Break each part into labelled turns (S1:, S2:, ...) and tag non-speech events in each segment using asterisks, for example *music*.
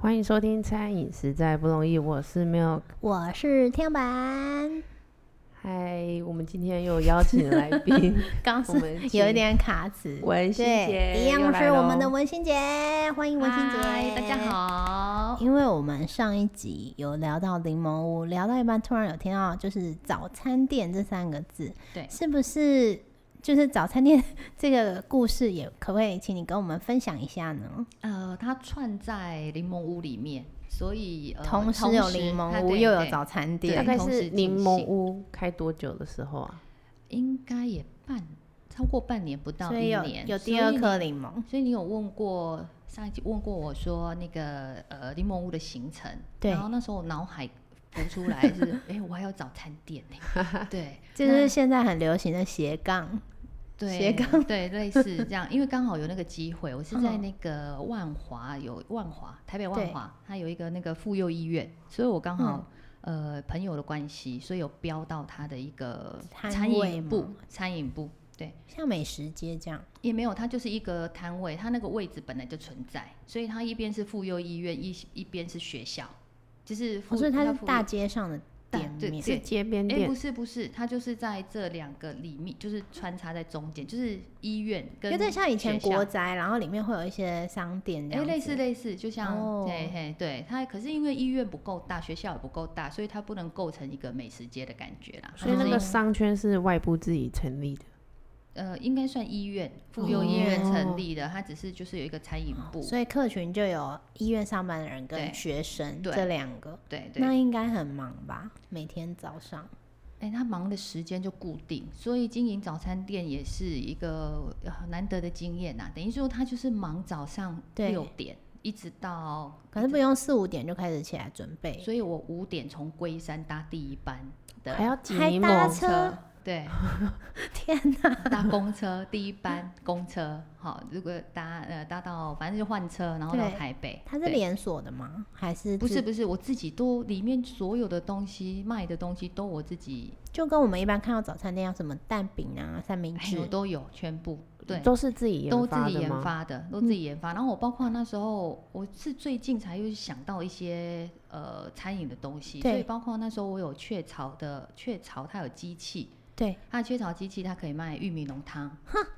S1: 欢迎收听《餐饮实在不容易》，我是 Milk。
S2: 我是天板，
S1: 嗨，我们今天又邀请来
S3: *laughs*
S1: 宾
S2: 刚
S1: 我们
S2: 是有一点卡词。
S1: 文心
S2: 对，
S1: 姐，
S2: 一样
S1: 又来
S2: 是我们
S1: 咯
S2: 的文心姐，欢迎文心姐，
S3: 嗨大家。好。
S2: 因为我们上一集有聊到柠檬屋，聊到一半突然有听到就是早餐店这三个字，
S3: 对
S2: 是不是就是早餐店这个故事也可不可以请你跟我们分享一下呢？
S3: 呃，它串在柠檬屋里面，所以、呃、
S2: 同时有柠檬
S3: 它
S2: 屋，
S3: 对
S2: 又有
S3: 对
S2: 早餐
S1: 大
S2: 店，
S1: 概
S3: 同
S1: 是
S3: 时进
S1: 柠檬
S3: 行
S1: 屋开多久的时候啊？
S3: 应该也半超过半年不到
S2: 所
S3: 一
S2: 以有
S3: 年，
S2: 有第
S3: 所
S2: 二
S3: 以
S2: 颗
S3: 你。
S2: 柠檬，
S3: 所以你有问过上一集问过我说那个呃柠檬屋的行程，
S2: 对
S3: 然后那时候我脑海浮出来是，
S2: *laughs*
S3: 哎、我还有早餐店呢、对，
S2: 这就
S3: 那
S2: 是现在很流行的斜杠，
S3: 对
S2: 斜杠
S3: 对，类似这样，因为刚好有那个机会，我是在
S2: 嗯
S3: 那个万华有万华，台北万
S2: 对
S3: 华，它有一个那个妇幼医院，所以我刚好、
S2: 嗯
S3: 呃朋友的关系，所以有标到它的一个
S2: 摊
S3: 餐
S2: 位
S3: 饮
S2: 吗
S3: 部，餐饮部对，
S2: 像美食街这样。
S3: 也没有，它就是一个摊位，它那个位置本来就存在，所以它一边是妇幼医院，一一边是学校，就是妇、
S2: 哦，所以它是
S3: 妇幼
S2: 大街上的
S3: 大
S2: 店
S3: 对
S2: 面，
S1: 是
S3: 对
S1: 街边
S3: 哎、
S1: 店
S3: 不，是不是，它就是在这两个里面，就是穿插在中间，就是医院跟
S2: 有点像以前
S3: 学校
S2: 国宅，然后里面会有一些商店这
S3: 哎、
S2: 样子。
S3: 类似类似，就像、
S2: 哦
S3: 对嘿对，它可是因为医院不够大，学校也不够大，所以它不能构成一个美食街的感觉啦。它嗯
S1: 所以
S3: 就
S1: 那
S3: 是
S1: 个
S3: 一
S1: 商圈是外部自己成立的。
S3: 呃，应该算医院妇幼医院成立的，它只是就是有一个餐饮部，
S2: 哦所以客群就有医院上班的人跟
S3: 对
S2: 学生
S3: 对
S2: 这两个，
S3: 对对。
S2: 那应该很忙吧？每天早上，
S3: 哎、他忙的时间就固定，所以经营早餐店也是一个呃难得的经验呐、啊等于说他就是忙早上
S2: 对
S3: 六点一直到，
S2: 可是不用四五点就开始起来准备，
S3: 所以我五点从龟山搭第一班的
S1: 还要挤
S2: 还
S1: 柠
S2: 搭
S1: 檬，
S2: 车，，
S3: 对，
S2: *laughs* 天
S3: *laughs* 搭公车第一班公车，好，如果搭呃搭到反正就换车，然后到
S2: 对
S3: 台北。
S2: 它是
S3: 对
S2: 连锁的吗？还是
S3: 不是
S2: 自？
S3: 不是，我自己都里面所有的东西卖的东西都我自己，哎
S2: 就跟我们一般看到早餐店要什么蛋饼啊、三明
S3: 哎，
S2: 治
S3: 我，都有全部对。
S1: 都是自己研
S3: 都自
S1: 发
S3: 己
S1: 的
S3: 研
S1: 吗？嗯
S3: 发的，都自己研发。然后我包括那时候，我是最近才又想到一些呃餐饮的东西，所
S2: 对
S3: 以包括那时候我有雀巢的雀巢，它有机器，
S2: 对，
S3: 它的雀巢机器它可以卖玉米浓汤，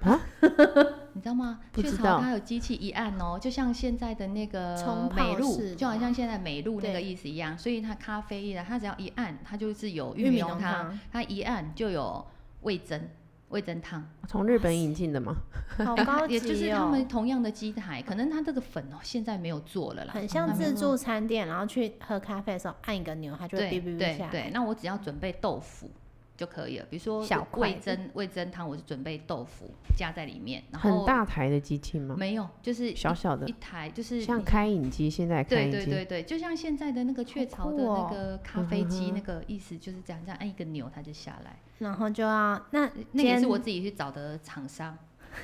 S1: 啊
S3: *laughs* 你知道吗？
S1: 不
S3: 雀
S1: 知
S3: 巢
S1: 道
S3: 它有机器一按哦，就像现在的那
S2: 冲
S3: 个
S2: 泡
S3: 美
S2: 式的
S3: 露，就好像现在美露那
S2: 对
S3: 个意思一样，所以它咖啡因啊，它只要一按，它就是有
S2: 玉
S3: 玉米
S2: 米
S3: 浓
S2: 浓
S3: 汤
S2: 汤，
S3: 它一按就有味增味增汤。
S1: 从日本引进的吗？
S3: *laughs*
S2: 好高级
S3: 也
S2: 哦，
S3: 就是他们同样的机台，可能它这个粉哦现在没有做了啦，
S2: 很像
S3: 它没有
S2: 自助餐店，然后去喝咖啡的时候按一个钮，它就会哔
S3: 对
S2: 哔哔
S3: 对
S2: 下来。
S3: 对。那我只要准备豆腐就可以了，比如说
S2: 小块
S3: 味
S2: 的
S3: 增味增汤，我是准备豆腐加在里面，然后
S1: 很大台的机器吗？
S3: 没有，就是
S1: 小小的
S3: 一，台，就是
S1: 像
S3: 你
S1: 开饮机，现在开
S3: 对
S1: 饮
S3: 对
S1: 机，
S3: 对对，就像现在的那个雀巢的
S2: 酷哦
S3: 那个咖
S1: 嗯
S3: 啡
S1: 哼
S3: 机
S1: 哼
S3: 那个意思就是这样，这样按一个钮它就下来。
S2: 然后就要那 *laughs*
S3: 那也
S2: 今
S3: 是
S2: 天
S3: 我自己去找的厂商，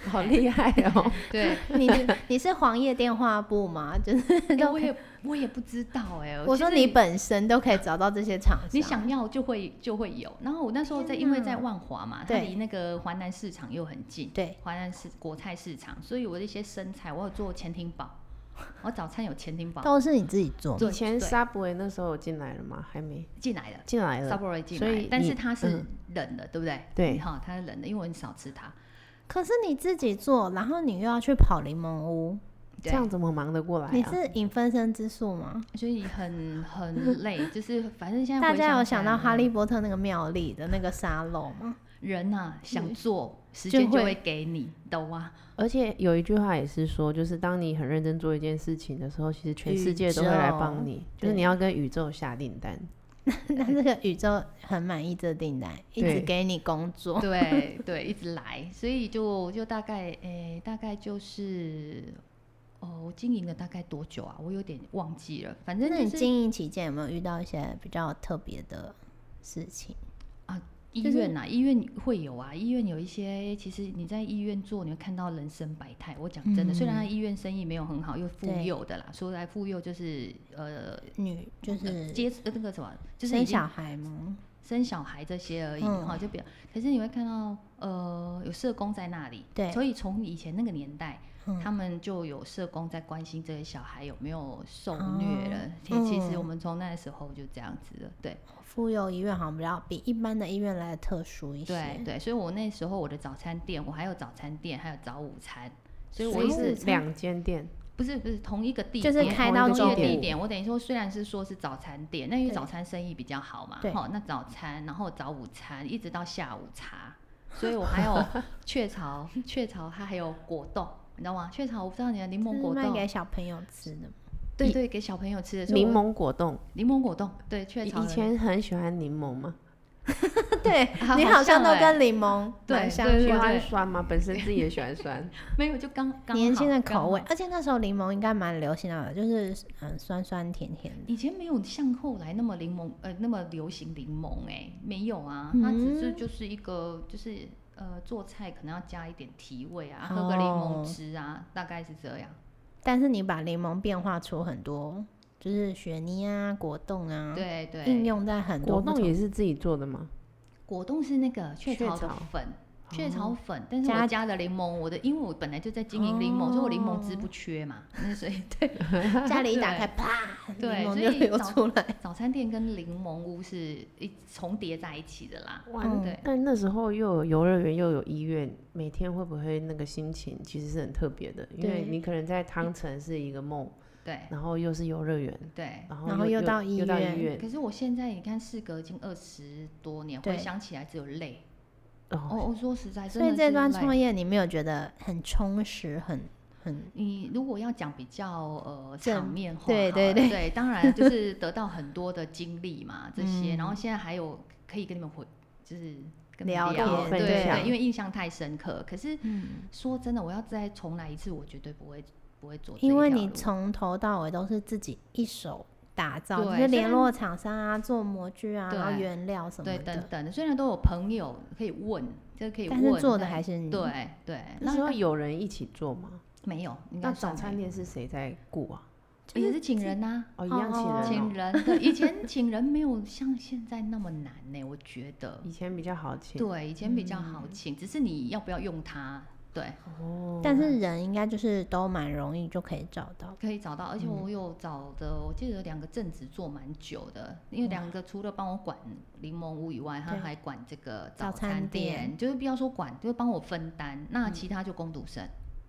S1: 好厉害哦！ *laughs*
S3: 对，
S2: 你你是黄页电话簿吗？ *laughs* 就是
S3: 哎
S2: 都
S3: 我也我也不知道哎，
S2: 我
S3: 其
S2: 说
S3: 实
S2: 你本身都可以找到这些厂商，
S3: 你想要就会就会有。然后我那时候在因为在万华嘛，它
S2: 对
S3: 离那个华南市场又很近，
S2: 对
S3: 华南市国菜市场，所以我的一些生菜，我有做潜艇
S1: *laughs*
S3: 堡，我早餐有潜艇堡
S2: 都是你自己做吗，
S3: *laughs* 对
S1: 以前
S3: 对
S1: Subway 那时候有进来了吗？还没
S3: 进来了。
S1: 进来了，
S3: Subway 进
S1: 所
S3: 来
S1: 以，
S3: 但
S1: 你
S3: 是它是
S1: 嗯
S3: 冷的，对不对？
S1: 对
S3: 哈，它是冷的，因为我很少吃它。
S2: 可是你自己做，然后你又要去跑柠檬屋，
S1: 这
S3: 对，
S1: 样怎么忙得过来
S2: 你
S1: 啊？
S2: 是影分身之术吗？
S3: 所以很很累，就是反正现在
S2: 大
S3: 回
S2: 家有
S3: 起来
S2: 想到
S3: 嗯
S2: 哈利波特那个庙里的那个沙漏吗？ *laughs*
S3: 人呐，想做时
S2: 就
S3: 间就
S2: 会
S3: 会给你，懂
S2: *laughs*
S3: 吗？
S1: 而且有一句话也是说，就是当你很认真做一件事情的时候，其实全世界都会来帮你，就是你要跟宇宙下订单。
S2: 那这个宇宙很满意这订单，一直
S1: 对
S2: 给你工作，
S3: 对对，一直来，所以就就大概诶、大概就是哦，我经营了大概多久啊？我有点忘记了，反正
S2: 那你
S3: 就是
S2: 经营期间有没有遇到一些比较特别的事情？
S3: 医
S2: 就是
S3: 院呐、啊医院会有啊，医院有一些，其实你在医院做，你会看到人生百态。我讲真的，虽然他医院生意没有很好，又妇
S2: 嗯对
S3: 幼的啦，说来妇幼就是呃，
S2: 女就
S3: 呃
S2: 是
S3: 接呃那个什么，就是
S2: 嗯
S3: 已
S2: 生
S3: 经
S2: 小孩吗？
S3: 生小孩这些而已哈、
S2: 嗯
S3: 就比较。可是你会看到，呃，有社工在那里，
S2: 对
S3: 所以从以前那个年代，
S2: 嗯
S3: 他们就有社工在关心这些小孩有没有受虐
S2: 啊
S3: 了。其、其
S2: 嗯
S3: 实我们从那时候就这样子了，对
S2: 妇幼医院好像比较比一般的医院来的特殊一些。嗯
S3: 对对。所以我那时候我的早餐店，我还有早餐店，还有早午餐，所以我
S1: 所以
S3: 一
S1: 是
S3: 直
S1: 两间店，
S3: 不是不是同一个地
S2: 就是
S3: 点，
S2: 开到
S3: 同一个
S1: 中午
S3: 地点。我等于说，虽然是说是早餐店，那因为
S2: 对
S3: 早餐生意比较好嘛，
S2: 对
S3: 齁那早餐，然后早午餐，一直到下午茶，所以我
S2: *laughs*
S3: 还有雀巢，雀巢它还有果冻，你知道吗？雀巢我不知道你的柠
S2: 这
S3: 檬
S2: 是
S3: 果
S2: 卖给
S3: 冻，
S2: 小朋友吃
S3: *laughs*
S2: 的吗，
S3: 对对，给小朋友吃的所以我
S1: 柠檬果冻。
S3: 柠檬果冻，对雀
S1: 以
S3: 巢的
S1: 以前很喜欢柠檬嘛，
S2: 对
S3: 啊
S2: 你
S3: 好
S2: 好像
S3: 像
S2: 都
S3: 欸
S2: 跟柠檬
S3: 对
S2: 蛮相
S3: 对
S1: 喜
S2: 关
S1: 欢酸嘛，本身自己也喜欢酸。
S3: 没有就刚刚好
S2: 年轻的口味
S3: 刚，好
S2: 而且那时候柠檬应该蛮流行的，就是嗯酸酸甜甜的。
S3: 以前没有像后来那么柠檬，呃，那么流行柠檬、哎，没有啊，
S2: 嗯
S3: 它只是就是一个就是呃做菜可能要加一点提味啊，喝个柠
S2: 哦
S3: 檬汁啊，大概是这样。
S2: 但是你把柠檬变化出很多，就是雪泥啊、果冻啊，
S3: 对对，
S2: 应用在很多
S1: *laughs* 果
S2: 不
S1: 冻
S2: 同
S1: 也是自己做的嘛，
S3: 果冻是那个雀
S1: 雀
S3: 巢的
S1: 巢
S3: 粉，雀巢粉，但是
S2: 加
S3: 我加了柠檬，我的因为我本来就在经营柠檬，所以我柠檬汁不缺嘛，那所以 *laughs* 对
S2: 家里一打开，啪，柠
S3: 对
S2: 檬
S3: 所
S2: 就
S3: 以
S2: 流
S3: 早
S2: 出来。
S3: 早餐店跟柠檬屋是一重叠在一起的啦。
S1: 哇
S2: 嗯
S3: 对，
S1: 但那时候又有游乐园又有医院，每天会不会那个心情其实是很特别的？因为
S2: 对
S1: 你可能在汤臣是一个梦，
S3: 对
S1: 然后又是游乐园，
S3: 对。
S1: 然后
S2: 然后
S1: 又
S2: 又到医
S1: 又到
S2: 院
S1: 医院，
S3: 可是我现在你看，事隔已经二十多年，
S2: 对
S3: 回想起来只有累。
S1: 哦，
S3: 哦，我说实在，
S2: 所
S3: 真
S2: 以
S3: 的
S2: 这
S3: 是
S2: 段
S3: 累
S2: 创业你没有觉得很充实，很很
S3: 你如果要讲比较呃
S2: 正
S3: 场面化好了，
S2: 对对对
S3: 对 *laughs* 当然就是得到很多的经历嘛，这
S2: 嗯
S3: 些，然后现在还有可以跟你们回，就是跟你们
S2: 聊
S1: 天
S3: 对
S1: 分
S3: 对
S1: 享
S3: 因为印象太深刻。可是
S2: 嗯，
S3: 说真的，我要再重来一次，我绝对不会不会做这一
S2: 因为
S3: 条
S2: 你
S3: 路
S2: 从头到尾都是自己一手打造，就
S3: 对
S2: 是
S3: 虽
S2: 联
S3: 然
S2: 络厂商啊、做模具啊、
S3: 对
S2: 然后原料什么
S3: 对等
S2: 的，
S3: 等的，虽然都有朋友可以问，这个可以
S2: 但
S3: 问，
S2: 是做的
S3: 但
S2: 还是你。
S3: 对对，
S1: 那时候
S3: 那
S1: 有人一起做吗？
S3: 没有，应该
S1: 那
S3: 算
S1: 早餐
S3: 没有
S1: 店是谁在雇啊？
S3: 也是请人呐、
S1: 哦，一样请
S2: 哦
S1: 人
S3: 请
S1: 哦。
S3: 人的以前请人没有像现在那么难呢、我觉得。
S1: 以前比较好请
S3: 对，以前嗯比较好请，只是你要不要用它，对，
S1: 哦，
S2: 但是人应该就是都蛮容易就可以找到。
S3: 可以找到。而且我有找的，我记得有两个正职做蛮久的，因为两个除了帮我管柠檬屋以外，他
S2: 对
S3: 还管这个
S2: 早
S3: 早
S2: 餐
S3: 餐
S2: 店
S3: 店，嗯就是不要说管，就是帮我分担。那其他就工读生，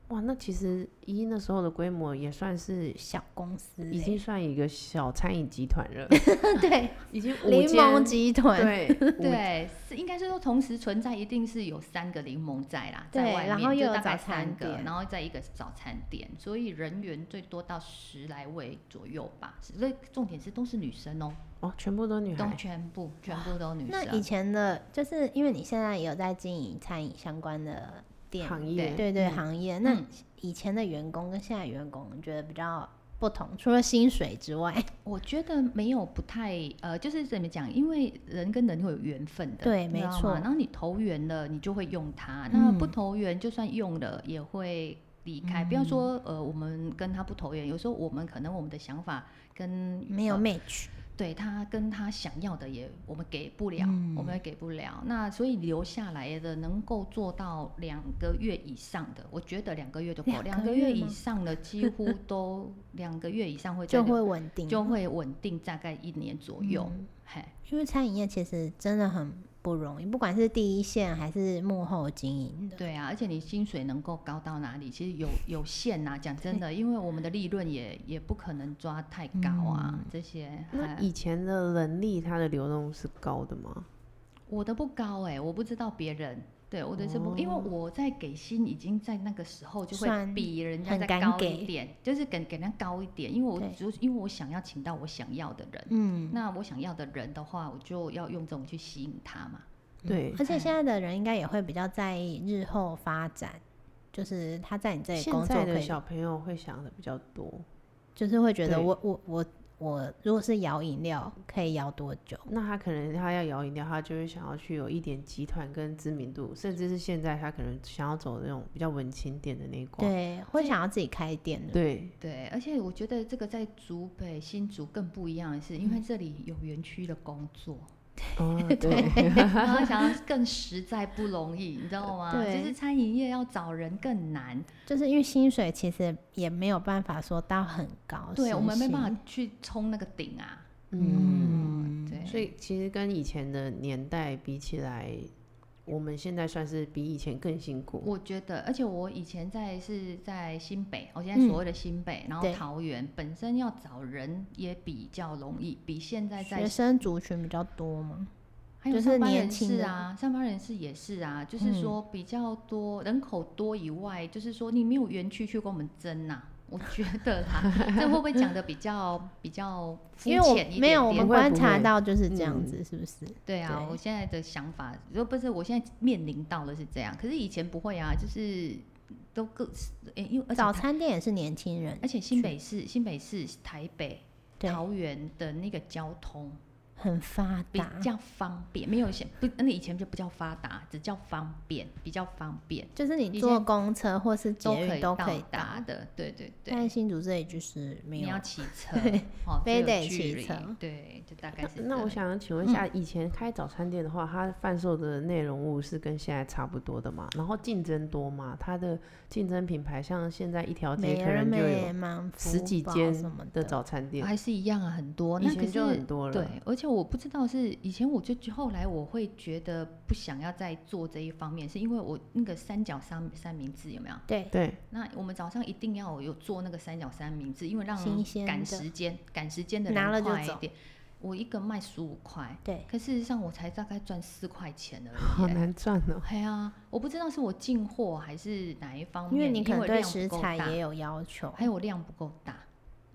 S1: 哇，那其实一那时候的规模也算是
S2: 小公司
S1: 已
S2: 欸、
S1: 经算一个小餐饮集团了，
S3: *laughs*
S2: 对
S1: 已经五
S2: 柠檬
S1: 间
S2: 集团，
S1: 对五
S3: 对，是应该是说同时存在，一定是有三个柠檬在啦，
S2: 对
S3: 在外面
S2: 然后又
S3: 就
S2: 有
S3: 大概
S2: 早餐
S3: 三个
S2: 店，
S3: 然后在一个早餐店，所以人员最多到十来位左右吧。所以重点是都是女生哦，
S1: 哦，全部都女
S3: 都
S1: 孩，
S3: 全部全部都女
S2: 那以
S3: 生。
S2: 前的，就是因为你现在也有在经营餐饮相关的店，
S1: 行
S3: 对
S1: 业
S2: 对对
S1: 嗯
S2: 行业，那
S3: 嗯
S2: 以前的员工跟现在的员工，你觉得比较不同？除了薪水之外，
S3: 我觉得没有不太呃，就是怎么讲，因为人跟人会有缘分的，
S2: 对
S3: 你知道
S2: 没错
S3: 吗然后你投缘了，你就会用它；那
S2: 嗯
S3: 不投缘，就算用了也会离开。
S2: 嗯
S3: 不要说呃，我们跟他不投缘，有时候我们可能我们的想法跟
S2: 没有
S3: 呃
S2: match，
S3: 对他跟他想要的也我们给不了，
S2: 嗯
S3: 我们也给不了。那所以留下来的能够做到两个月以上的，我觉得两个月就够。
S2: 两
S3: 两
S2: 个
S3: 个
S2: 月吗
S3: 月以上的几乎都两个月以上
S2: *laughs*
S3: 会
S2: 就
S3: 在
S2: 会稳定，嗯
S3: 就会稳定大概一年左右。嘿，
S2: 因为餐饮业其实真的很不容易，不管是第一线还是幕后经营的，
S3: 对啊，而且你薪水能够高到哪里，其实有有限呐、讲真的，因为我们的利润也也不可能抓太高啊，
S2: 嗯
S3: 这些。
S1: 那
S3: 嘿
S1: 以前的人力它的流动是高的吗？
S3: 我的不高哎、我不知道别人。对，我的是不，因为
S1: 哦
S3: 我在给薪已经在那个时候就
S2: 算
S3: 会比人家
S2: 很
S3: 再
S2: 敢
S3: 高
S2: 给
S3: 一点，就是给给人家高一点，因为我
S2: 对
S3: 就是因为我想要请到我想要的人，
S2: 嗯，
S3: 那我想要的人的话，我就要用这种去吸引他嘛。
S1: 对，
S2: 而且现在的人应该也会比较在意日后发展，就是他在你这里
S1: 现
S2: 工作
S1: 在
S2: 可
S1: 的
S2: 以，
S1: 小朋友会想的比较多。
S2: 就是会觉得
S1: 对
S2: 我我我我如果是摇饮料，可以摇多久？
S1: 那他可能他要摇饮料，他就会想要去有一点集团跟知名度，甚至是现在他可能想要走那种比较文青店的那一挂。
S2: 对，会想要自己开店的。
S3: *laughs*
S1: 对，
S3: 对，而且我
S2: 嗯
S3: 觉得这个在竹北新竹更不一样的是，因为这里有园区的工作，
S1: 哦，对，
S3: 对，然后想要更实在不容易，你知道吗？
S2: *laughs* 对哦
S3: 就是餐饮业要找人更难，
S2: 就是因为薪水其实也没有办法说到很高，
S3: 对我们没办
S2: 法，
S3: 法去冲那个顶啊。
S2: 嗯，
S3: 对，
S1: 所以其实跟以前的年代比起来，我们现在算是比以前更辛苦。
S3: 我觉得，而且我以前在是在新北，我现在所谓的新北，然后
S2: 嗯对
S3: 桃园本身要找人也比较容易，比现在在
S2: 学生族群比较多嘛，
S3: 还有
S2: 就是
S3: 上班
S2: 年
S3: 人
S2: 轻
S3: 士
S2: 的嗯
S3: 啊，上班人士也是啊，就是说比较多、人口多以外，就是说你没有园区去跟我们争呐、我觉得啦，这会不会讲的比较比较肤
S2: 因为我
S3: 浅一点点？
S2: 没有我们
S1: 不会
S2: 观
S1: 不
S2: 察
S1: 会
S2: 到就是这样
S1: 嗯
S2: 子，是不是？
S3: 对啊，
S2: 对
S3: 我现在的想法，就不是我现在面临到的是这样，可是以前不会啊，就是都各，诶因为而且
S2: 早
S3: 台
S2: 餐店也是年轻人，
S3: 而且新北市、新北市、台北、
S2: 对，
S3: 桃园的那个交通
S2: 很发
S3: 比
S2: 达，
S3: 较方便，没有现不那以前就不叫发达，只叫方便，比较方便。
S2: 就是你
S3: 以
S2: 坐
S3: 前
S2: 公车或是
S3: 都
S2: 捷
S3: 可
S2: 运
S3: 以
S2: 都
S3: 到
S2: 可以
S3: 达
S2: 到，
S3: 的，对对对。
S2: 但新竹这里就是没
S3: 你
S2: 有
S3: 要。骑
S2: *laughs*
S3: 车
S2: 对，
S3: 哦，
S2: 非
S3: 这有
S2: 得
S3: 距
S2: 骑
S3: 离
S2: 车
S3: 对，就大概
S1: 那
S3: 是
S1: 那
S3: 这
S1: 我
S3: 样
S1: 想请问一下，以前开早餐店的话，它贩售的内容物是跟现在差不多的吗？然后竞争多吗？它的竞争品牌像现在一条街
S2: 美
S1: 可
S2: 而
S1: 能就
S2: 美
S1: 有
S2: 满福
S1: 十几
S2: 宝
S1: 间
S2: 什么
S1: 的早餐店，
S3: 还是一样啊，很多。
S1: 以
S3: 那可
S1: 前就很
S3: 是
S1: 多了。
S3: 对，而且我不知道是以前我就觉后来我会觉得不想要再做这一方面，是因为我那个三角三三明治有没有？
S2: 对，
S1: 对，
S3: 那我们早上一定要有做那个三角三明治，因为让
S2: 新鲜的
S3: 赶时间，赶时间的
S2: 拿了
S3: 人
S2: 就
S3: 快一
S2: 走
S3: 点。我一个卖十五块，
S2: 对，
S3: 可事实上我才大概赚四块钱
S2: *laughs*
S3: 而已
S1: 好
S3: 耶、
S1: 难赚哦。
S3: 哎呀，我不知道是我进货还是哪一方面，
S2: 因
S3: 因
S2: 为你可能
S3: 我
S2: 对
S3: 量不
S2: 食
S3: 够
S2: 材
S3: 大
S2: 也有嗯要求，
S3: 还有量不够大，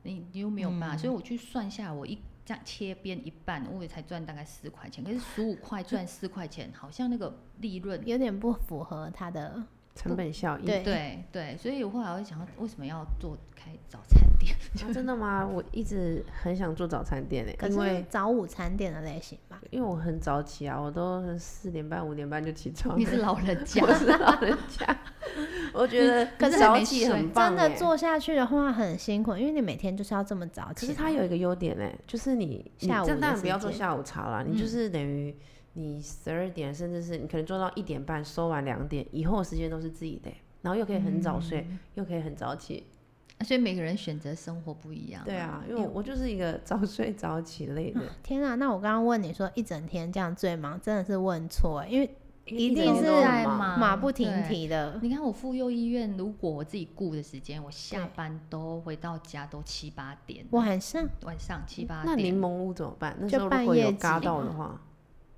S3: 你你又没有办法，所以我去算下来，我一这样切边一半，我也才赚大概四块钱，可是十五块赚四块钱，好像那个利润，
S2: 有点不符合它的。
S1: 成本效益。
S2: 对
S3: 嗯对对，所以我后来我就想要，为什么要做开早餐店？
S1: 啊 *laughs* 真的吗？我一直很想做早餐店诶、欸
S2: 可
S1: 因
S2: 是
S1: 为
S2: 早午餐店的类型吧，
S1: 因为我很早起啊，我都四点半五点半就起床
S3: 你
S1: 了。
S3: 是老人家
S1: *laughs* 我，是老人家，我觉得
S2: 可是
S1: 早
S3: 还没
S1: 起
S3: 睡
S1: 很棒、
S2: 真
S1: 欸。
S2: 的做下去的话很辛苦，因为你每天就是要这么早
S1: 可
S2: 起
S1: 是
S2: 来。
S1: 它有一个优点嘞、就是你你
S2: 下午
S1: 这
S2: 的
S1: 当然
S2: 时
S1: 不要做
S2: 间
S1: 下午茶啦，
S3: 嗯
S1: 你就是等于你十二点，甚至是你可能做到一点半，收完两点以后的时间都是自己的欸、然后又可以很早睡，又可以很早起。
S3: *laughs* 所以每个人选择生活不一样。
S1: 对啊，因为我我就是一个早睡早起类的，
S2: 天啊，那我刚刚问你说一整天这样最忙，真的是问错、欸因为一
S1: 整
S2: 定
S1: 天
S2: 是
S1: 都很
S2: 在
S1: 忙
S3: 忙
S2: 马不停
S3: 嗯对
S2: 蹄的。
S3: 你看我妇幼医院，如果我自己雇的时间，我下
S2: 对
S3: 班都回到家都七八点，
S2: 晚上
S3: 晚上七八
S1: 那
S3: 点。
S1: 柠檬屋怎么办？那
S2: 就
S1: 时候
S2: 半
S1: 如果有
S2: 夜
S1: 嘎
S2: 挤
S1: 到的话，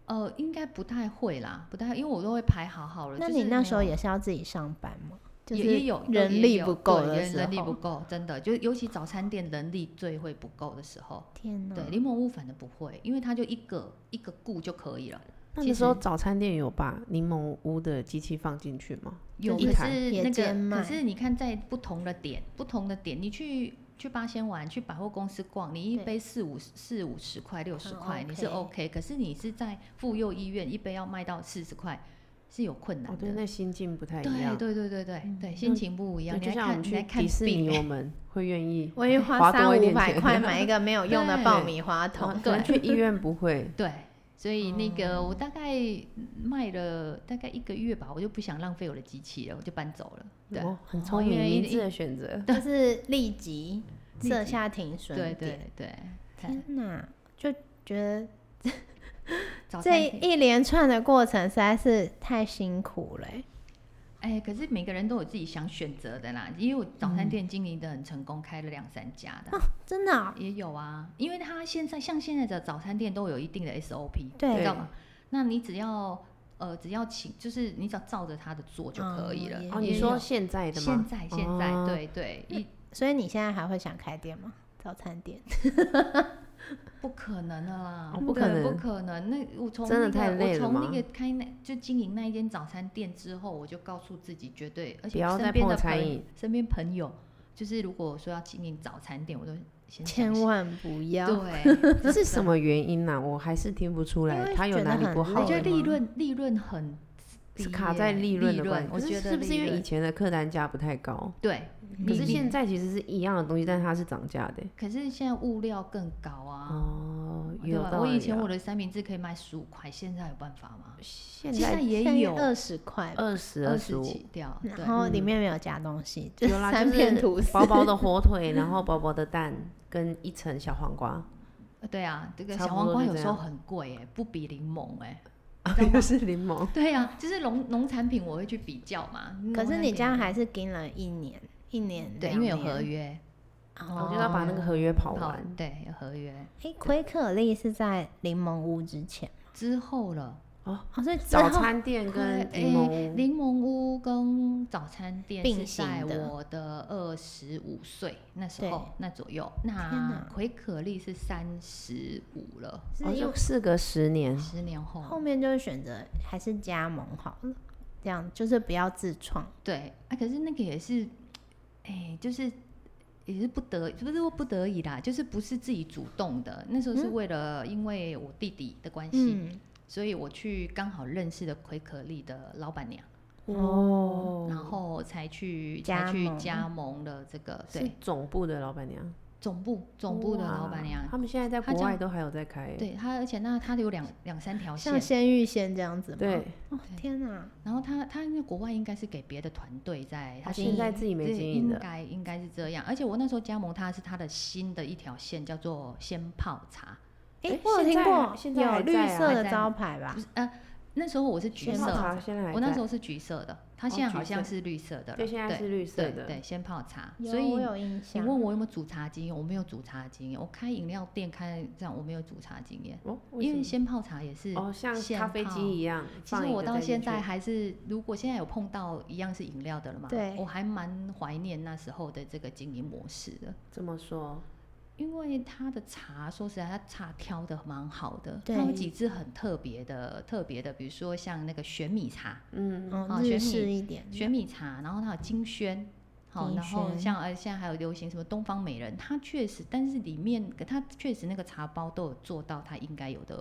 S3: 呃，应该不太会啦，不太，因为我都会排好好了。
S2: 那
S3: 就是
S2: 你那
S3: 没
S2: 时候
S3: 有
S2: 也是要自己上班吗？就
S3: 也也
S2: 是
S3: 有
S2: 人
S3: 也
S2: 力
S3: 有
S2: 不够
S3: 对
S2: 的
S3: 人
S2: 时
S3: 人力
S2: 候
S3: 不够，真的，就尤其早餐店人力最会不够的时候。
S2: 天哪！
S3: 对，柠檬屋反正不会，因为它就一个一个雇就可以了。
S1: 那
S3: 其
S1: 那时候
S3: 实
S1: 早餐店有把柠檬屋的机器放进去吗？
S3: 有
S1: 一
S3: 可
S1: 台
S3: 是
S2: 也
S3: 那
S2: 兼
S3: 个，
S2: 卖
S3: 可是你看在不同的点，不同的点，你去去八仙玩，去百货公司逛，你一
S2: 对
S3: 杯四五四五十块、六十
S2: 很
S3: 块，你是
S2: OK
S3: OK。可是你是在妇幼医院，一杯要卖到四十块，是有困
S1: 哦
S3: 难，的
S1: 对，。那心境不太一
S3: 对
S1: 样。
S3: 对对对对对，心情不一样。你
S1: 就
S3: 来
S1: 像我
S3: 看，
S1: 们
S3: 你
S1: 去
S3: 来看
S1: 迪士
S3: 病 *laughs*
S1: 尼，
S3: 欸
S1: 我们会愿
S3: *laughs*
S1: 意。
S2: 我愿意花
S1: 花
S2: 三
S1: 多一
S2: 五
S1: 点
S2: 百
S1: 钱
S2: 块买一个没有用的爆米花
S1: 然后
S2: *laughs* 筒，
S1: 可能
S3: 对
S1: 哦去医院不会，
S3: 对，所以那个我大概卖了大概一个月吧，我就不想浪费我的机器了，我就搬走了。 *laughs* 对，
S1: 哦，很聪
S3: 因
S1: 明，
S3: 为一
S1: 明智的选择。
S2: 就是立即
S3: 立
S2: 设
S3: 即
S2: 下停损
S3: 对
S2: 点。
S3: 对对，
S2: 天哪，就觉得
S3: 早餐
S2: 这
S3: 店
S2: 一连串的过程实在是太辛苦了欸、
S3: 哎，可是每个人都有自己想选择的啦，因为我早
S2: 嗯
S3: 餐店经营的很成功，开了两三家的、
S2: 真的哦、
S3: 也有啊，因为他现在像现在的早餐店都有一定的 SOP，
S2: 对
S3: 知道吗？那你只要呃只要请，就是你只要照着他的做就可以了。
S2: 嗯
S1: 哦，
S2: 也嗯
S1: 你
S3: 也
S1: 说
S3: 有
S1: 现在的
S3: 现
S1: 吗？
S3: 在现在、
S1: 哦
S3: 对对，一
S2: 所以你现在还会想开店吗？早餐店？
S3: 不可能的啦，
S1: 哦不
S3: 对
S1: 可能
S3: 不可能。那我从
S1: 真的
S3: 那个
S1: 太累了
S3: 我从
S1: 吗
S3: 那个开那就经营那一间早餐店之后，我就告诉自己绝对，而
S1: 不
S3: 且
S1: 要再
S3: 身边
S1: 碰
S3: 的
S1: 餐
S3: 朋
S1: 饮
S3: 身边朋友，就是如果说要经营早餐店，我都
S2: *laughs*
S3: 先
S2: 千
S3: 想
S2: 万不要！
S3: 对，
S1: *laughs* 这
S3: *laughs*
S1: 是什么原因呢？我还是听不出
S2: 因为
S1: 来，它有
S2: 觉得
S1: 哪里
S2: 很
S1: 不
S2: 累
S1: 好
S3: 我
S1: 了吗？
S3: 觉得利润利润很低
S1: 是卡在
S3: 耶
S1: 利润
S3: 润
S1: 的关系。
S3: 我
S1: 可是
S3: 觉得
S1: 是不是因为
S3: 利
S1: 以
S3: 润
S1: 前的客单价不太高？
S3: 对，
S1: 可
S3: 你
S1: 是
S3: 你
S1: 现在其实是一样的东西，但它是涨价的。
S3: 可是现在物料更高啊，
S1: 哦，有
S3: 对吧？
S1: 道
S3: 我以
S1: 理
S3: 前
S1: 啊
S3: 我的三明治可以卖十五块，现在有办法吗？
S1: 现
S3: 现在
S1: 在
S3: 也有
S2: 二十块吧，
S1: 二十
S3: 二
S1: 二十
S3: 十
S1: 五，
S3: 起掉，对，
S2: 然后里
S1: 嗯
S2: 面没有加东西，就
S1: 有啦，
S2: 三
S1: 就
S2: 片
S1: 是
S2: 吐司，
S1: 薄薄的火腿，然后薄薄的蛋跟一层小黄瓜，
S3: *laughs* 呃对啊，这个
S1: 差
S3: 小
S1: 不
S3: 黄
S1: 多
S3: 瓜
S1: 就
S3: 有
S1: 这
S3: 时候
S1: 样
S3: 很贵哎，不比柠檬哎。
S1: 又是柠檬。
S3: 对呀、啊，就是农农产品我会去比较嘛。
S2: 可
S3: 农
S2: 是
S3: 产
S2: 你
S3: 品
S2: 这样
S3: 嗯我嗯
S2: 还是跟了一年，一年哦
S3: 对，因为有合，约，
S2: 两年
S1: 我就要把那个合约跑完，
S3: 对，有合约
S2: 哎，奎可丽是在柠檬屋之前，
S3: 之后了。
S2: 哦，所以之
S1: 早
S2: 后
S1: 餐店跟
S3: 快
S1: 柠
S3: 诶
S1: 檬屋哦
S3: 柠檬屋跟早餐店
S2: 并
S3: 是
S2: 行
S3: 在
S2: 的
S3: 我的二十五岁那时
S2: 对
S3: 候那左右，
S2: 哪
S3: 那奎可丽是三十五了，
S2: 是
S1: 哦，
S2: 因为
S1: 就事隔十年，
S3: 十年后。
S2: 后面就是选择还是加盟好了，这样就是不要自创，
S3: 对啊，可是那个也是，哎，就是也是不得，不是说不得已啦，就是不是自己主动的。那时候是
S2: 嗯
S3: 为了因为我弟弟的关系，
S2: 嗯，
S3: 所以我去刚好认识了奎可丽的老板娘，
S1: 哦
S3: 然后才去
S2: 加
S3: 才去
S2: 盟
S3: 加盟了这个
S1: 是
S3: 对
S1: 总部的老板娘，
S3: 总部总部的老
S1: 哇
S3: 板娘。
S1: 他们现在在
S3: 她
S1: 国
S3: 叫
S1: 外都还有在开欸，
S3: 对她，而且那她有两两三条线
S2: 像，鲜芋仙这样子吗？
S1: 对，
S2: 哦，天哪，
S3: 然后她她因为国外应该是给别的团队在，
S2: 哦
S3: 她
S1: 他
S3: 经营
S1: 现在自己没
S3: 对
S1: 经营
S3: 应
S1: 的，
S3: 该应该是这样。而且我那时候加盟它是它的新的一条线，叫做鲜泡茶。
S2: 哎
S1: 诶，
S2: 我有
S1: 现
S2: 听
S1: 在
S2: 过，
S1: 现在还
S2: 有绿
S1: 在啊
S2: 色
S3: 还
S2: 的
S3: 在
S2: 招牌吧
S3: 不？是呃，那时候我是橘
S2: 鲜
S1: 泡
S3: 色
S1: 茶
S3: 的，
S1: 现在还
S3: 我那时
S1: 候
S3: 候是橘色的，它
S1: 哦
S3: 现在
S1: 橘
S3: 好像
S1: 色
S3: 是绿色的了。
S1: 对，现在是绿色
S3: 对
S1: 的，
S3: 对，鲜泡茶。
S2: 有
S3: 所以
S2: 我有印
S3: 你
S2: 象，
S3: 问我有没有煮茶经验？我没有煮茶经验。我开饮料店开这样，我没有煮茶经验，
S1: 哦，
S3: 因为
S1: 什
S3: 鲜泡茶也是
S1: 么哦，像
S3: 现
S1: 咖啡
S3: 泡
S1: 机一样，
S3: 其
S1: 放
S3: 实
S1: 一
S3: 我
S1: 个
S3: 到
S1: 再进
S3: 现
S1: 去
S3: 在还是，如果现在有碰到一样是饮料的了嘛，
S2: 对
S3: 我还蛮怀念那时候的这个经营模式的，
S1: 这么说，
S3: 因为它的茶，说实在，它茶挑的蛮好的，它
S2: 对
S3: 有几支很特别的、特别的，比如说像那个玄米茶、
S1: 嗯，
S2: 哦
S3: 好
S2: 日
S3: 选
S2: 式
S3: 你
S2: 一点，
S3: 玄米茶，然后它有金萱。好，
S2: 嗯金
S3: 然后
S2: 萱
S3: 像呃，现在还有流行什么东方美人，它确实，但是里面它确实那个茶包都有做到它应该有的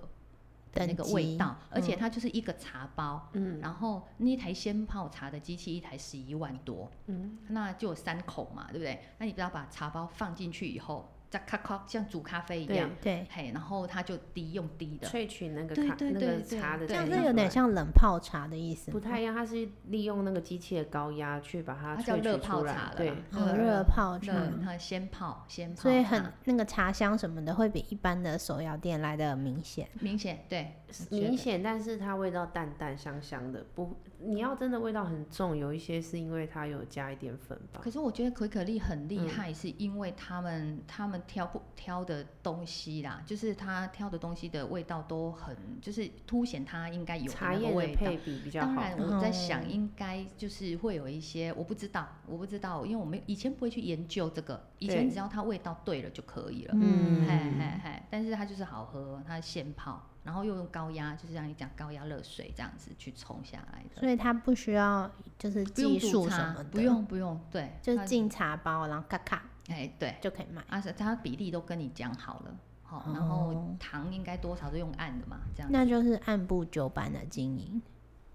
S3: 的那
S2: 等
S3: 个味
S2: 级
S3: 道，而且
S2: 嗯
S3: 它就是一个茶包，
S1: 嗯
S3: 然后那台先泡茶的机器一台十一万多，
S1: 嗯，
S3: 那就有三口嘛，对不对？那你不要把茶包放进去以后，再咔咔像煮咖啡一
S1: 对
S3: 样，，
S2: 对，
S3: 嘿，然后它就滴用滴的，
S1: 萃取那个
S3: 对
S1: 咖
S3: 对
S1: 那
S3: 对
S1: 个
S3: 对
S1: 茶的
S3: 对
S2: 这
S1: 成分出
S2: 样
S1: 来，
S2: 是有点像冷泡茶的意思吗，
S1: 不太一样，它是利用那个机器的高压去把它
S3: 它叫
S1: 萃
S3: 热
S1: 取
S3: 泡
S1: 啊出
S3: 茶
S1: 来
S3: 了，
S1: 对
S3: 啦，，
S2: 哦，热泡茶，
S3: 热，它先泡先泡茶，
S2: 所以很那个茶香什么的会比一般的手摇店来的明显。
S3: 明显，对，我觉
S1: 明
S3: 得
S1: 显，但是它味道淡淡香香的，不，你要真的味道很重，有一些是因为它有加一点粉吧，
S3: 可是我觉得可可丽很厉
S1: 嗯
S3: 害，是因为他们他们挑不挑的东西啦，就是他挑的东西的味道都很，就是凸显它应该有的
S1: 茶
S3: 那个
S1: 叶
S3: 味
S1: 的
S3: 道。
S1: 配比比较
S3: 当
S1: 好哦
S3: 然，，我在想应该就是会有一些，我不知道，我不知道，因为我们以前不会去研究这个，以前
S1: 对
S3: 只要它味道对了就可以了。
S2: 嗯
S3: 嘿嘿嘿，但是它就是好喝，它现泡，然后又用高压，就是像你讲高压热水这样子去冲下来的，
S2: 所以它不需要就是
S3: 不用
S2: 技
S3: 煮
S2: 术什
S3: 茶
S2: 么的，，
S3: 不，用不用，对，
S2: 就是
S3: 它
S2: 进茶包，然后咔咔
S3: 哎对，
S2: 就可以买。
S3: 而且它比例都跟你讲好了，好、
S2: 哦
S3: 然后糖应该多少都用按的嘛，这样子。
S2: 那就是按部就班的经营，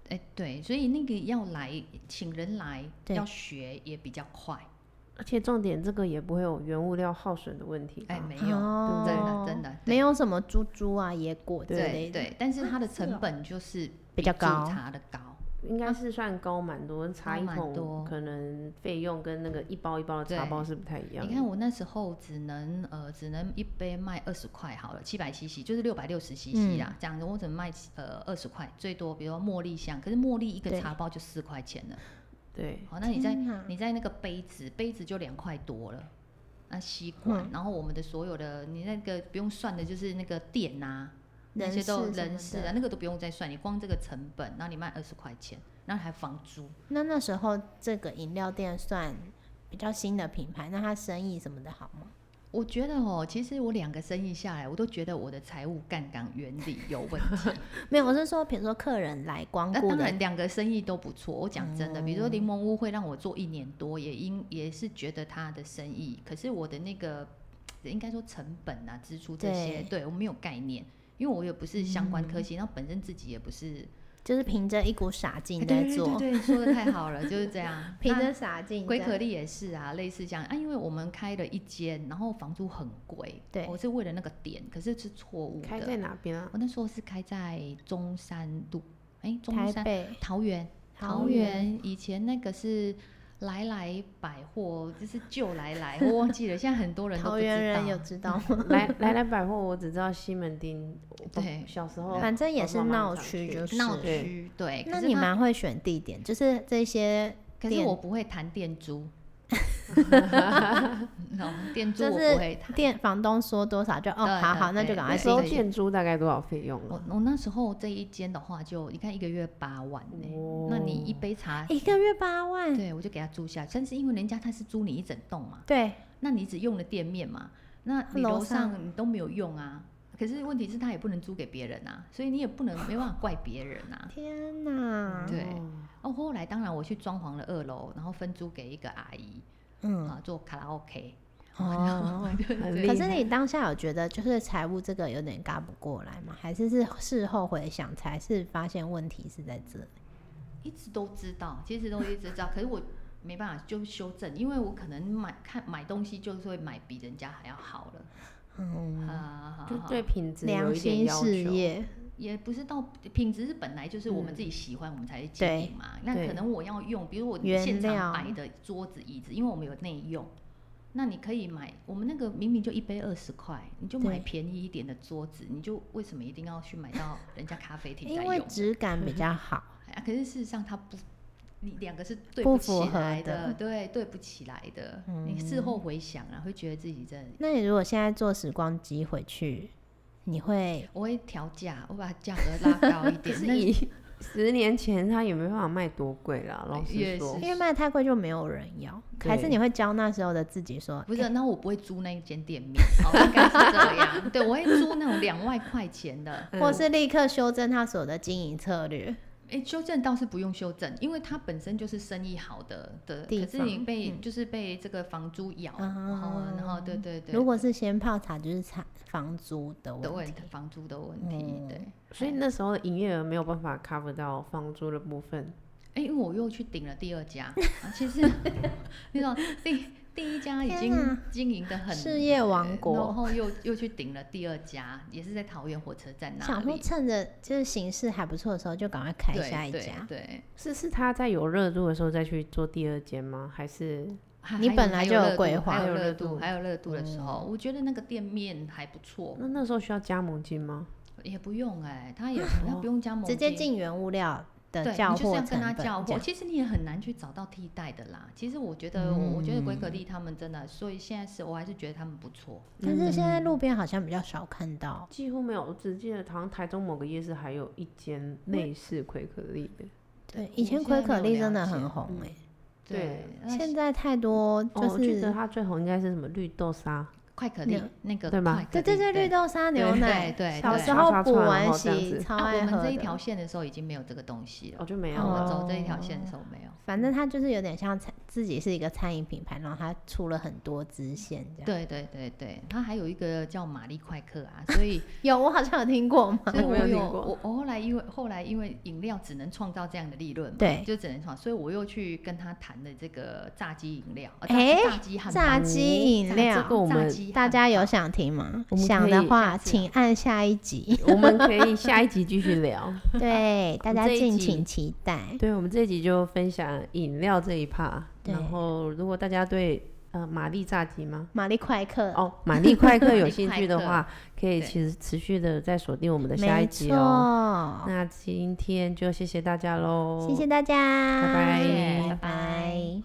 S3: 哎、对，所以那个要来，请人来
S2: 对
S3: 要学也比较快。
S1: 而且重点这个也不会有原物料耗损的问题吧，
S3: 哎、没有，
S2: 哦
S3: 真的真的对
S2: 没有什么猪猪啊、野果之类的，
S3: 对对，但啊是它的
S2: 是哦
S3: 成本就是
S2: 比较
S3: 煮
S2: 高
S3: 茶的高，
S1: 应该是算高蛮多，茶
S3: 啊高
S1: 一
S3: 蛮多
S1: 桶可能费用跟那个一包一包的茶
S3: 对
S1: 包是不太一样
S3: 你
S1: 的，
S3: 看我那时候只能呃，只能一杯卖二十块好了，七百 CC 就是六百六十
S2: 嗯
S3: CC 啦，这样子我只能卖呃二十块，最多比如说茉莉香，可是茉莉一个
S2: 对
S3: 茶包就四块钱了。
S1: 对，
S3: 好，那你在
S2: 天哪
S3: 你在那个杯子，杯子就两块多了。那吸
S2: 嗯
S3: 管，然后我们的所有的，你那个不用算的，就是那个电啊，那
S2: 人
S3: 些
S2: 事
S3: 都
S2: 什么
S3: 人事啊，
S2: 的
S3: 那个都不用再算，你光这个成本，然后你卖二十块钱，然后还房租，
S2: 那那时候这个饮料店算比较新的品牌，那它生意什么的好吗？
S3: 我觉得哦，其实我两个生意下来，我都觉得我的财务杠杆原理有问题。
S2: 没有，我是说，比如说客人来光
S3: 那
S2: 顾
S3: 当
S2: 的哦
S3: 然，两个生意都不错。我讲真的，比如说柠檬屋会让我做一年多，也因也是觉得它的生意，可是我的那个应该说成本啊、
S2: 嗯
S3: 支出这些，对我没有概念，因为我也不是相关科系，然后本身自己也不是
S2: 就是凭着一股傻劲
S3: 哎
S2: 在
S3: 对对
S2: 做，
S3: 对对，说的太好了，就是
S2: *laughs*。
S3: 这样
S2: 凭
S3: 那
S2: 着傻劲在。
S3: 龟壳力也是啊，类似这样啊，因为我们开了一间，然后房租很贵，
S2: 对
S3: 我是为了那个点，可是是错误的。
S1: 开在哪边
S3: *laughs*
S1: 啊？
S3: 我那时候是开在中山路，哎、中
S2: 台
S3: 山
S2: 北、
S3: 桃园，桃园以前那个是来来百货，就是旧来来，我
S2: *laughs*
S3: 忘记了，现在很多人都
S2: 桃
S3: 不知道。
S2: 园
S3: 嗯
S2: 人有知道嗯吗？
S1: 来来来百货，我只知道西门町。我
S3: 对
S1: 小时候
S2: 反正也
S1: 我
S2: 是
S1: 妈妈
S2: 闹
S1: 常
S2: 区
S1: 去
S2: 就是
S3: 闹
S2: 是
S3: 区，对。可
S2: 那
S3: 是
S2: 你
S3: 它
S2: 蛮会选地点，就是这些
S3: 可是
S2: 店
S3: 我不会谈店
S2: *laughs*
S3: 租，no, 店租
S2: 就
S3: 我
S2: 是
S3: 不会谈。
S2: 店房东说多少就哦，
S3: 对
S2: 好好，
S3: 对
S2: 那就
S3: 对
S2: 赶快
S1: 那
S2: 自
S3: 对
S1: 时
S2: 己
S1: 候
S3: 对
S2: 去
S1: 建租大概多少费用
S3: 我
S1: 啊？
S3: 我那时候这一间的话就，你看一个月八万呢、
S1: 哦
S3: 那你一杯茶，
S2: 一个月八万，
S3: 对我就给他租下去。但是因为人家他是租你一整栋嘛，
S2: 对，
S3: 那你只用了店面嘛，那你
S2: 楼
S3: 楼
S2: 上
S3: 上你都没有用啊。可是问题是，他也不能租给别人啊，所以你也不能没办法怪别人啊。
S2: 天哪，
S3: 对 *laughs*
S1: 哦
S3: 哦，后来当然我去装潢了二楼，然后分租给一个阿姨
S2: 嗯，
S3: 啊做卡拉 OK，
S2: 哦。
S3: 对
S1: 很
S3: 对
S1: 厉
S2: 可
S1: 害
S2: 是你当下有觉得就是财务这个有点嘎不过来吗？还是是事后回想才是发现问题是在这里？
S3: 一直都知道，其实都一直知道，可是我没办法就修正，因为我可能买看买东西就是会买比人家还要好了，
S2: 嗯，
S3: 啊、
S1: 就
S3: 好
S1: 对品质有
S2: 良
S1: 一点
S2: 心
S1: 要
S2: 事
S1: 求。
S2: 业，
S3: 也不是到品质是本来就是我们
S1: 嗯
S3: 自己喜欢，我们才去
S2: 对
S3: 经营嘛。那
S1: 对
S3: 可能我要用，比如我
S2: 原
S3: 现
S2: 料
S3: 场摆的桌子椅子，因为我们有内用，那你可以买我们那个明明就一杯二十块，你就买
S2: 对
S3: 便宜一点的桌子，你就为什么一定要去买到人家咖啡厅在
S2: 因为
S3: 用？
S2: 质感比较好。
S3: 啊，可是事实上它不，你两个是对
S2: 不符
S3: 起
S2: 合
S3: 来
S2: 的嗯
S3: 对，对不起来的。你事后回想啊，会觉得自己真的。
S2: 那你如果现在坐时光机回去，你会
S3: 我会调价，我把价格拉
S2: *laughs*
S3: 高一
S1: 可
S3: 点。
S1: 是
S3: 那
S1: 以十年前，它也没办法卖多贵啦。老实
S3: 也
S1: 说嗯
S3: 是，
S2: 因为卖太贵就没有人要，
S1: 对
S2: 还是你会教那时候的自己说，
S3: 不
S2: 欸
S3: 是，那我不会租那一间店面，哦，应该是这样。 *laughs* 对，我会租那种两万块钱的。
S2: 或是立刻修正他所有的经营策略。
S3: 哎，修正倒是不用修正，因为它本身就是生意好的的，
S2: 地
S3: 可是你
S2: 方
S3: 被、
S2: 嗯
S3: 就是被这个房租咬，
S2: 啊
S3: 哦，然后对对对，
S2: 如果是先泡茶，就是茶房租的
S3: 的
S2: 问
S3: 问
S2: 题
S3: 题，。房租的问题，
S2: 嗯
S3: 对。哎
S1: 所以那时候的营业额没有办法 cover 到房租的部分。
S3: 哎、因为我又去顶了第二
S2: *laughs*
S3: 家，啊、其实那种第第一家已
S2: 天
S3: 经
S2: 哪
S3: 经营的很
S2: 事业王国
S3: 然后又又去顶了第二家，也是在桃园火车站那
S2: 想说
S3: 里，
S2: 趁着就是形势还不错的时候，就赶快开
S3: 对
S2: 下一
S3: 对
S2: 家。
S3: 对，
S1: 是是他在有热度的时候再去做第二间吗？还是
S3: 还
S2: 你
S3: 还有
S2: 本来
S3: 还
S2: 就有
S3: 热度
S2: 规划哦
S3: 还
S1: 还有
S3: 有
S1: 热
S3: 热
S1: 度
S3: 度，还有热度的时候，我觉得那个店面还不错，
S1: 那那时候需要加盟金吗？
S3: 也不用哎、他也他不用加盟
S2: 哦直接
S3: 金
S2: 进原物料
S3: 对，
S2: 的
S3: 你
S2: 交
S3: 就是
S2: 货
S3: 要跟
S2: 成
S3: 他
S2: 本
S3: 交
S2: 这
S3: 货。
S2: 样，
S3: 其实你也很难去找到替代的啦。其实我觉得，我觉得龟
S2: 嗯
S3: 壳力他们真的，所以现在是我还是觉得他们不错。
S2: 但是现
S3: 嗯
S2: 在路边好像比较少看到。
S1: 几乎没有，我只记得好像台中某个夜市还有一间类似奎可丽的。
S2: 对，
S3: 我
S2: 以前
S3: 现
S2: 奎
S3: 在没
S2: 可
S3: 有
S2: 丽
S3: 了
S2: 真的
S3: 解
S2: 很红
S1: 嗯
S2: 哎、
S1: 对
S3: 那
S2: 现在太多
S1: 哦，
S2: 就
S1: 我记
S2: 是、
S1: 得它最红应该是什么绿豆沙，
S3: 快可丽那个
S1: 对吗
S3: 快可
S2: 对
S3: 丽
S2: 对对，绿豆沙牛
S3: 对
S2: 奶，
S3: 对
S2: 小
S3: 对
S2: 时
S1: 对
S2: 候
S1: 刷
S2: 补
S1: 刷然
S2: 完
S1: 后这样
S2: 洗
S1: 子
S2: 超
S3: 啊，我
S2: 爱喝
S3: 们这
S2: 的。
S3: 一条线的时候已经没有这个东西了。啊
S1: 哦就没有
S3: 我
S1: 了。
S3: 们
S2: 哦
S3: 走这一条线的时候没有。
S2: 反正它就是有点像餐，自己是一个餐饮品牌，然后它出了很多支线这样。，
S3: 对对对对，它还有一个叫玛丽快客啊，所以
S2: 有我好像有听
S1: *laughs*
S2: 过嘛。
S3: *laughs* 所以
S1: 我
S3: 我
S1: 没有
S3: 有
S1: 听过
S3: 我我后来因为后来因为饮料只能创造这样的利润嘛，
S2: 对
S3: 就只能创，所以我又去跟他谈了这个炸鸡饮料，啊
S2: 诶
S3: 炸鸡汉堡
S2: 炸鸡饮料
S1: 这个我
S3: 炸
S1: 们
S3: 鸡汉堡
S2: 大家有想听吗？
S1: 我们
S2: 想
S1: 可
S2: 的
S1: 以
S2: 话，
S3: 下次啊
S2: 请按下一
S1: *laughs*
S2: 集。
S1: 我们可以下一集继续聊。 *laughs*
S2: 对，大家
S1: 这一
S2: 敬
S1: 集
S2: 请期待。
S1: 对，我们这一集就分享饮料这一趴。
S2: 对
S1: 然后，如果大家对呃玛丽炸鸡吗？
S2: 玛丽快客，
S1: 哦，玛丽快客
S3: 玛
S1: 有
S3: 丽
S1: 兴
S3: 快
S1: 趣的
S2: *laughs*
S3: 客
S1: 话，可以
S3: 对
S1: 其实持续的再锁定我们的下一
S2: 没
S1: 集哦。
S2: 错，
S1: 那今天就谢谢大家喽，
S2: 谢谢大家，
S1: 拜拜
S2: 谢谢拜
S3: 拜拜
S2: 拜。